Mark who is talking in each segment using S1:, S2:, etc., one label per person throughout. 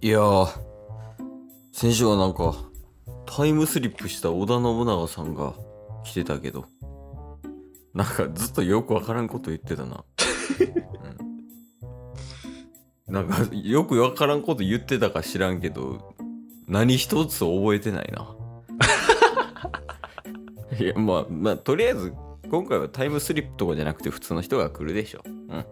S1: いやー先週はなんかタイムスリップした織田信長さんが来てたけどなんかずっとよくわからんこと言ってたな、うんなんかよくわからんこと言ってたか知らんけど何一つ覚えてないな いやまあまあとりあえず今回はタイムスリップとかじゃなくて普通の人が来るでしょうん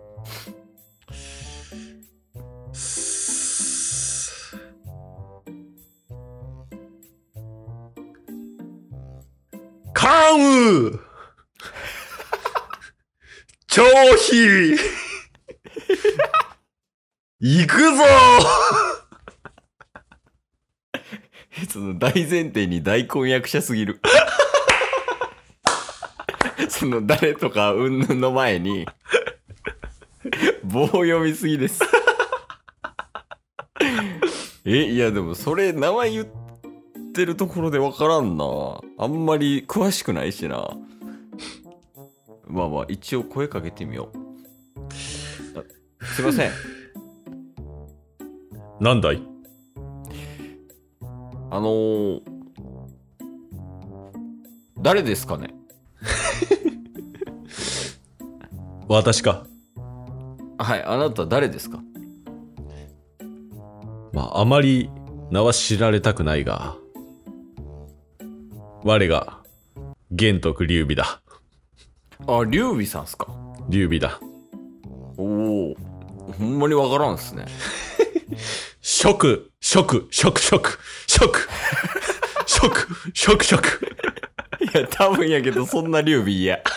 S2: 関羽張飛行くぞ
S1: その大前提に大婚約者すぎる。 その誰とかうんぬんの前に、棒読みすぎです。え、いやでもそれ名前言ってるところでわからんな。あんまり詳しくないしな。まあまあ一応声かけてみよう。あすいません。
S2: なんだい
S1: あのー、誰ですかね
S2: 私か。
S1: はい、あなた誰ですか
S2: まあ、あまり名は知られたくないが、我が、玄徳劉備だ。
S1: あ、劉備さんっすか
S2: 劉備だ。
S1: おおほんまにわからんっすね
S2: 食、食、食、食、食、食、食、食。
S1: いや多分やけどそんな劉備嫌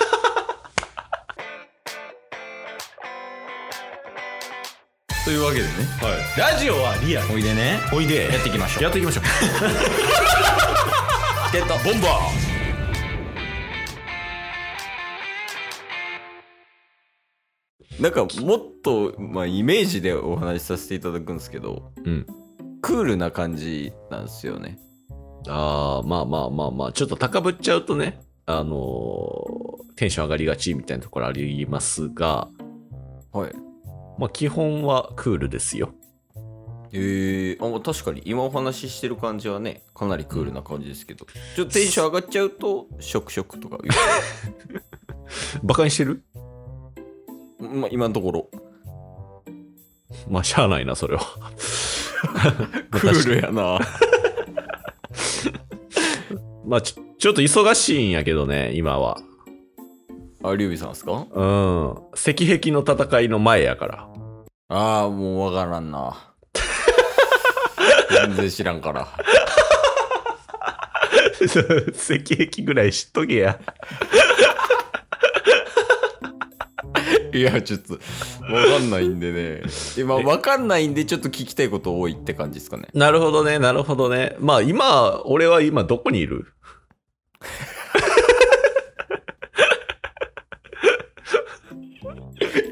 S1: というわけでね
S2: はい。ラジオはリアル。
S1: おいでね
S2: おいで。
S1: やっていきましょう
S2: やっていきましょう。
S1: ゲット
S2: ボンバー
S1: なんかもっと、まあ、イメージでお話しさせていただくんですけど
S2: うん。
S1: クールな感じなんですよね
S2: ああ、まあまあまあまあ、ちょっと高ぶっちゃうとね、あのーテンション上がりがちみたいなところありますが、
S1: はい
S2: まあ基本はクールですよ。
S1: えー、あ確かに今お話ししてる感じはねかなりクールな感じですけどちょっとテンション上がっちゃうとショクショクとか言う
S2: バカにしてる
S1: まあ、今のところ。
S2: まあしゃあないな、そ れは。
S1: クールやな。
S2: まあちょちょっと忙しいんやけどね、今は。
S1: あ、リュウビさんですか
S2: うん。石壁の戦いの前やから。
S1: ああ、もうわからん な。全然知らんから。
S2: 石壁ぐらい知っとけや。
S1: いや、ちょっと、わかんないんでね。今、わかんないんで、ちょっと聞きたいこと多いって感じですかね。
S2: なるほどね、なるほどね。まあ今、俺は今どこにいる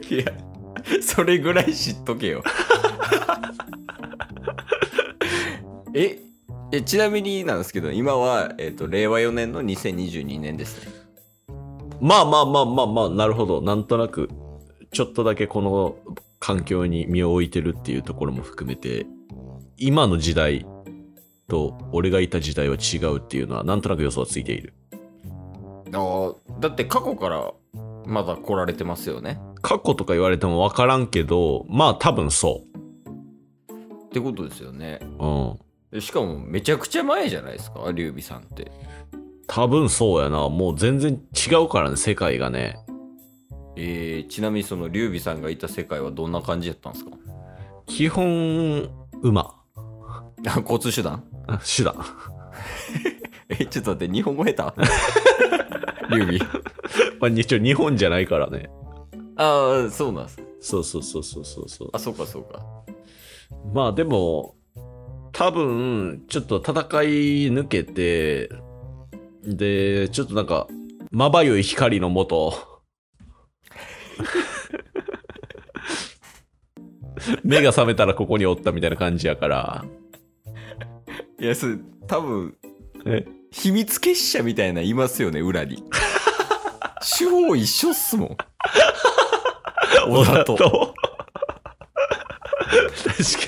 S1: いや、 それぐらい知っとけよ。 え、えちなみになんですけど、今は、えっ、と、令和4年の2022年ですね。
S2: まあまあまあまあまあ、なるほど。なんとなく、ちょっとだけこの環境に身を置いてるっていうところも含めて、今の時代と俺がいた時代は違うっていうのは、なんとなく予想はついている。
S1: ああ、だって過去から、まだ来られてますよね。
S2: 過去とか言われても分からんけど、まあ多分そ
S1: ってことですよね。
S2: う。うん。
S1: えしかもめちゃくちゃ前じゃないですか劉備さんって
S2: 多分そうやな。もう全然違うからね、世界がね。
S1: えー、ちなみにその劉備さんがいた世界はどんな感じやったんですか
S2: 基本、馬。
S1: あ交通手段
S2: あ手段。
S1: えちょっと待って日本語 下手劉備
S2: まあ一応日本じゃないからね。
S1: ああそうなんです
S2: そうそうそうそうそうそう。
S1: あそうかそうか
S2: まあでも、多分、ちょっと戦い抜けて、で、ちょっとなんか、まばゆい光のもと、目が覚めたらここにおったみたいな感じやから、
S1: いやそれ多分
S2: え
S1: 秘密結社みたいないますよね裏に 手法一緒っすもん
S2: 小
S1: 小
S2: 田
S1: 田
S2: と。
S1: と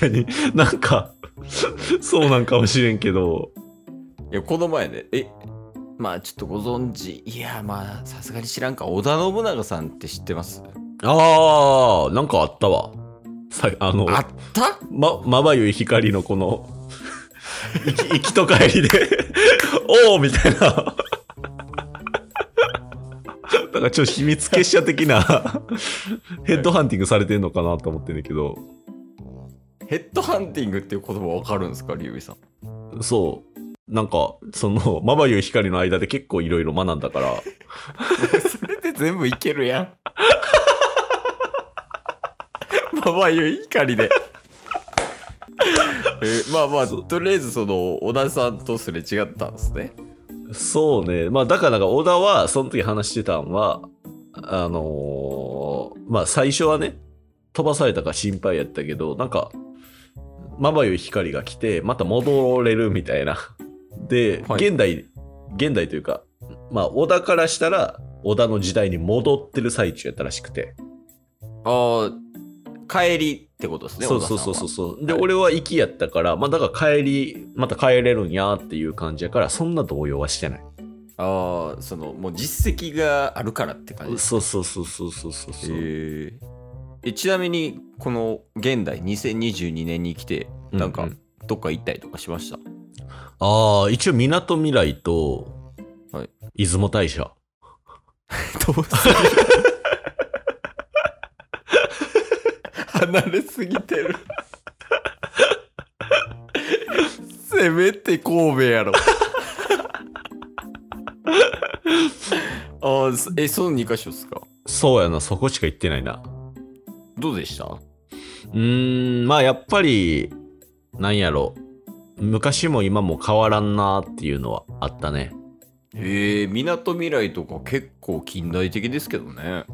S2: 確かに、なんか、そうなんかもしれんけど、
S1: いや、この前ね、え、まあちょっとご存知、いや、まあさすがに知らんか、織田信長さんって知ってます
S2: あー、なんかあったわ。さあの、
S1: あった
S2: ま、まばゆい光のこの、行き行きと帰りで、おーみたいな。なんかちょっと秘密結社的な、ヘッドハンティングされてんのかなと思ってんだけど、
S1: ヘッドハンティングっていう言葉わかるんですか、リュウイさん。
S2: そう。なんか、その、まばゆい光の間で結構いろいろ学んだか ら、
S1: それで全部いけるやん。 まあまあゆい怒りで。えーまあまあとりあえずその小田さんとすれ違ったんですね。
S2: そうね。まあ、だから、なんか小田は、その時話してたんは、あのーまあ、最初はね、飛ばされたか心配やったけど、なんか、まばゆい光が来て、また戻れるみたいな。で、
S1: はい
S2: 現代、現代というか、まあ、小田からしたら、小田の時代に戻ってる最中やったらしくて。
S1: ああ帰りってことですね。
S2: そうそうそうそう
S1: 小
S2: そう。で、
S1: はい
S2: 俺は行きやったから、まあ、だから帰り、また帰れるんやっていう感じやから、そんな動揺はしてない。
S1: 田さんは。ああそのもう実績があるからって感じです。
S2: そうそうそうそうそうそうそう。
S1: えーえちなみにこの現代2022年に来てなん
S2: う
S1: か
S2: んうん
S1: どっか行ったりとかしました。
S2: ああ、一応、みなとみらいと、
S1: はい
S2: 出雲大社。
S1: どうす離れすぎてるせめて神戸やろあそえその2箇所ですか
S2: そうやな、そこしか行ってないな。
S1: どうでしたは
S2: うーん、まあ、やっぱり、なんやろ。昔も今も変わらんなーっていうのはあったね。
S1: えみなとみらいとか結構近代的ですけどね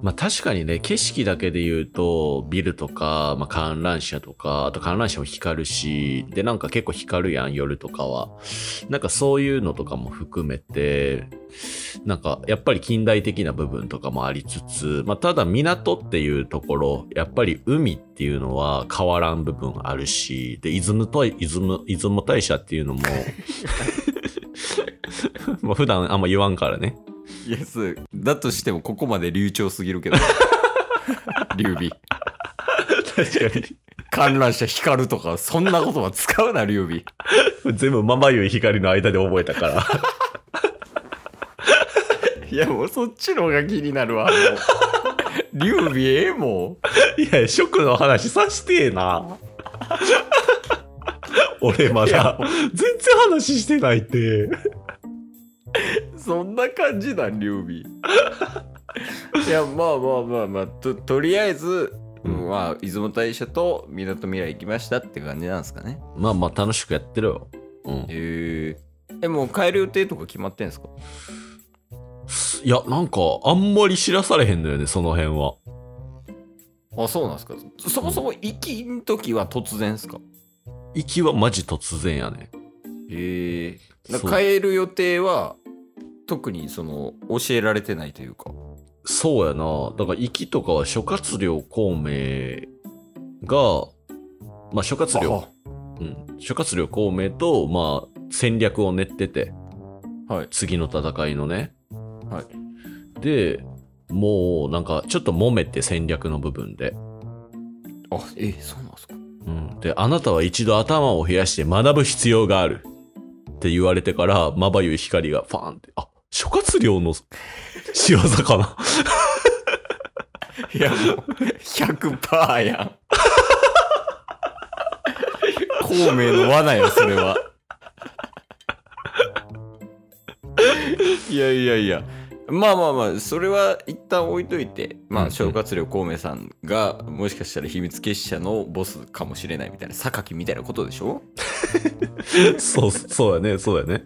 S2: まあ確かにね、景色だけで言うと、ビルとか、まあ観覧車とか、あと観覧車も光るし、でなんか結構光るやん、夜とかは。なんかそういうのとかも含めて、なんかやっぱり近代的な部分とかもありつつ、まあただ港っていうところ、やっぱり海っていうのは変わらん部分あるし、で、出雲と、出雲、出雲大社っていう のも、まあ普段あんま言わんからね。
S1: イエスだとしてもここまで流暢すぎるけど劉備
S2: 確かに。
S1: 観覧車光るとかそんな言葉使うな劉備
S2: 全部まばゆい光の間で覚えたから。
S1: いやもうそっちの方が気になるわ。もう 劉備ええも
S2: いや、ショックの話さしてえ な。俺まだ、全然話してないって。
S1: ん。そんな感じなん劉備。いやまあまあまあまあととりあえず、
S2: うん
S1: まあ出雲大社とみなとみらい行きましたって感じなんですかね。
S2: まあまあ楽しくやってるよ。うん。
S1: へええもう帰る予定とか決まってんすか
S2: いや、なんか、あんまり知らされへんのよね、その辺は。
S1: あそうなんですかそそもそも行きん時は突然ですか
S2: 行きはマジ突然やね。
S1: へえだ
S2: そう
S1: から帰る予定は特にその教えられてないというか
S2: そうやな。だから行きとかは諸葛亮孔明が、まあ諸葛亮、うん。諸葛亮孔明と、まあ戦略を練ってて。
S1: はい
S2: 次の戦いのね。。
S1: はい
S2: で、もうなんかちょっと揉めて戦略の部分で。
S1: あえそうなんですか
S2: うん。で、あなたは一度頭を冷やして学ぶ必要がある。って言われてから、まばゆい光がファーンって、あ、諸葛亮の仕業 かな。
S1: いやもう100%や ん。孔明の罠よそれは。いやいやいや。まあまあまあそれは一旦置いといて、ま
S2: うん
S1: あ、
S2: うん
S1: 正月亮孔明さんがもしかしたら秘密結社のボスかもしれないみたいな榊みたいなことでしょ
S2: そう、そうやね、そうやね。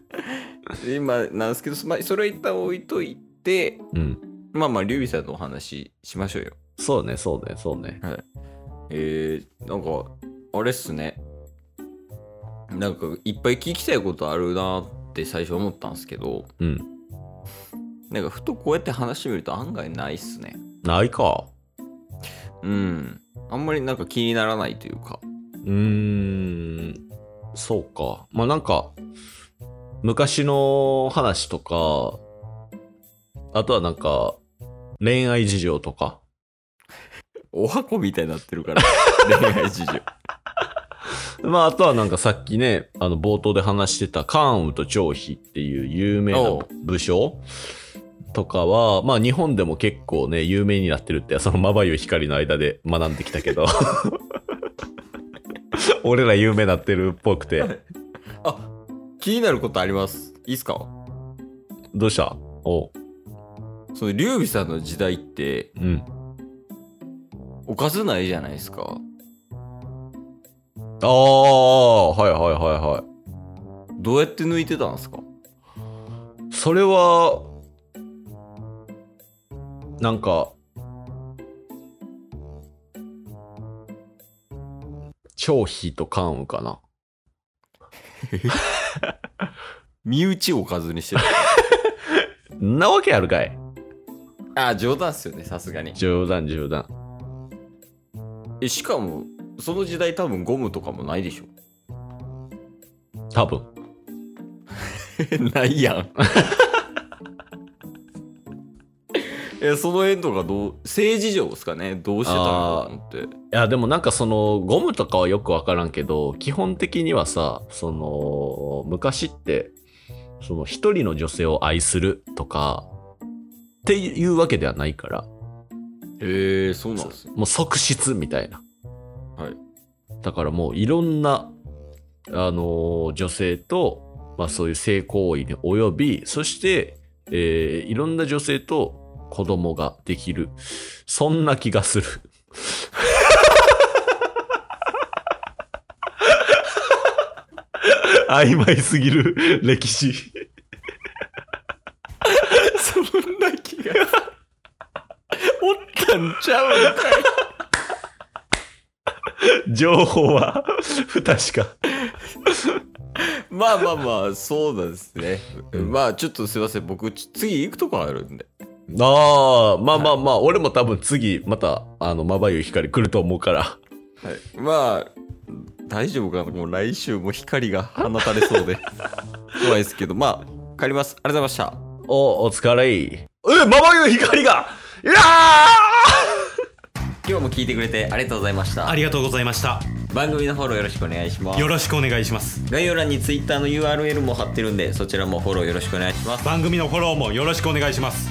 S1: 今なんですけど、まあ、それは一旦置いといて
S2: うん。
S1: まあまあ劉備さんのお話しましょうよ。
S2: そうね、そうね、そうね。
S1: えー、なんかあれっすねなんかいっぱい聞きたいことあるなって最初思ったんですけど
S2: うん。
S1: なんかふとこうやって話してみると案外ないっすね
S2: ないか。
S1: うんあんまりなんか気にならないというか
S2: うーん。そうか。まあなんか、昔の話とか、あとはなんか、恋愛事情とか。
S1: お箱みたいになってるから、 恋愛事情。
S2: まああとはなんかさっきね、あの冒頭で話してた関羽と張飛っていう有名
S1: お
S2: な
S1: う
S2: 武将とかは、まあ日本でも結構ね、有名になってるって、そのまばゆい光の間で学んでき たけど。俺ら有名になってるっぽくて。
S1: あ気になることあります。いいっすか
S2: どうしたおう。
S1: その劉備さんの時代って、
S2: うん。
S1: おかずないじゃないですか。
S2: ああ、はいはいはいは
S1: どうやって抜いてたんですか
S2: い。それは、なんか、張飛と関羽かな。
S1: 身内おかずにしてる。
S2: んなわけあるかい。
S1: あ、冗談っすよね、さすがに。
S2: 冗談冗談。
S1: え、しかも、その時代多分ゴムとかもないでしょ。
S2: 多分。
S1: ないやん。 え、その辺とかどう、政治上ですかねどうしてたのかなって。
S2: いや、でもなんかその、ゴムとかはよくわからんけど、基本的にはさ、その、昔って、その、一人の女性を愛するとか、っていうわけではないから、
S1: へえー、そうなんですね。
S2: もう即室みたいな。
S1: はい。
S2: だからもういろんな、あのー女性と、まあそういう性行為に及び、そして、えーいろんな女性と子供ができる。そんな気がする。曖昧すぎる歴史。
S1: そんな気が。おったんちゃうんかい。
S2: 情報は 不確か。
S1: まあまあまあ、そうなんですね。
S2: うん
S1: まあ、ちょっとすいません。僕、ち次行くとこあるんで。
S2: ああ、まあまあまあ、俺も多分次、また、あの、まばゆい光来ると思うから。
S1: はい。まあ、大丈夫かなもう来週も光が放たれそうで。怖いですけど、まあ、帰ります。ありがとうございました。
S2: お、お疲れい。え、まばゆい光がいや
S1: 今日も聞いてくれてありがとうございました。
S3: ありがとうございました
S1: 番組のフォローよろしくお願いします
S3: よろしくお願いします
S1: 概要欄に Twitter の URL も貼ってるんでそちらもフォローよろしくお願いします
S3: 番組のフォローもよろしくお願いします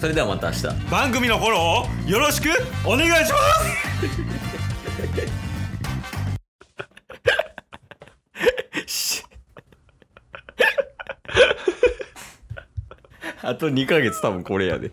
S1: それではまた明日
S3: 番組のフォローをよろしくお願いします
S1: あと2ヶ月多分これやで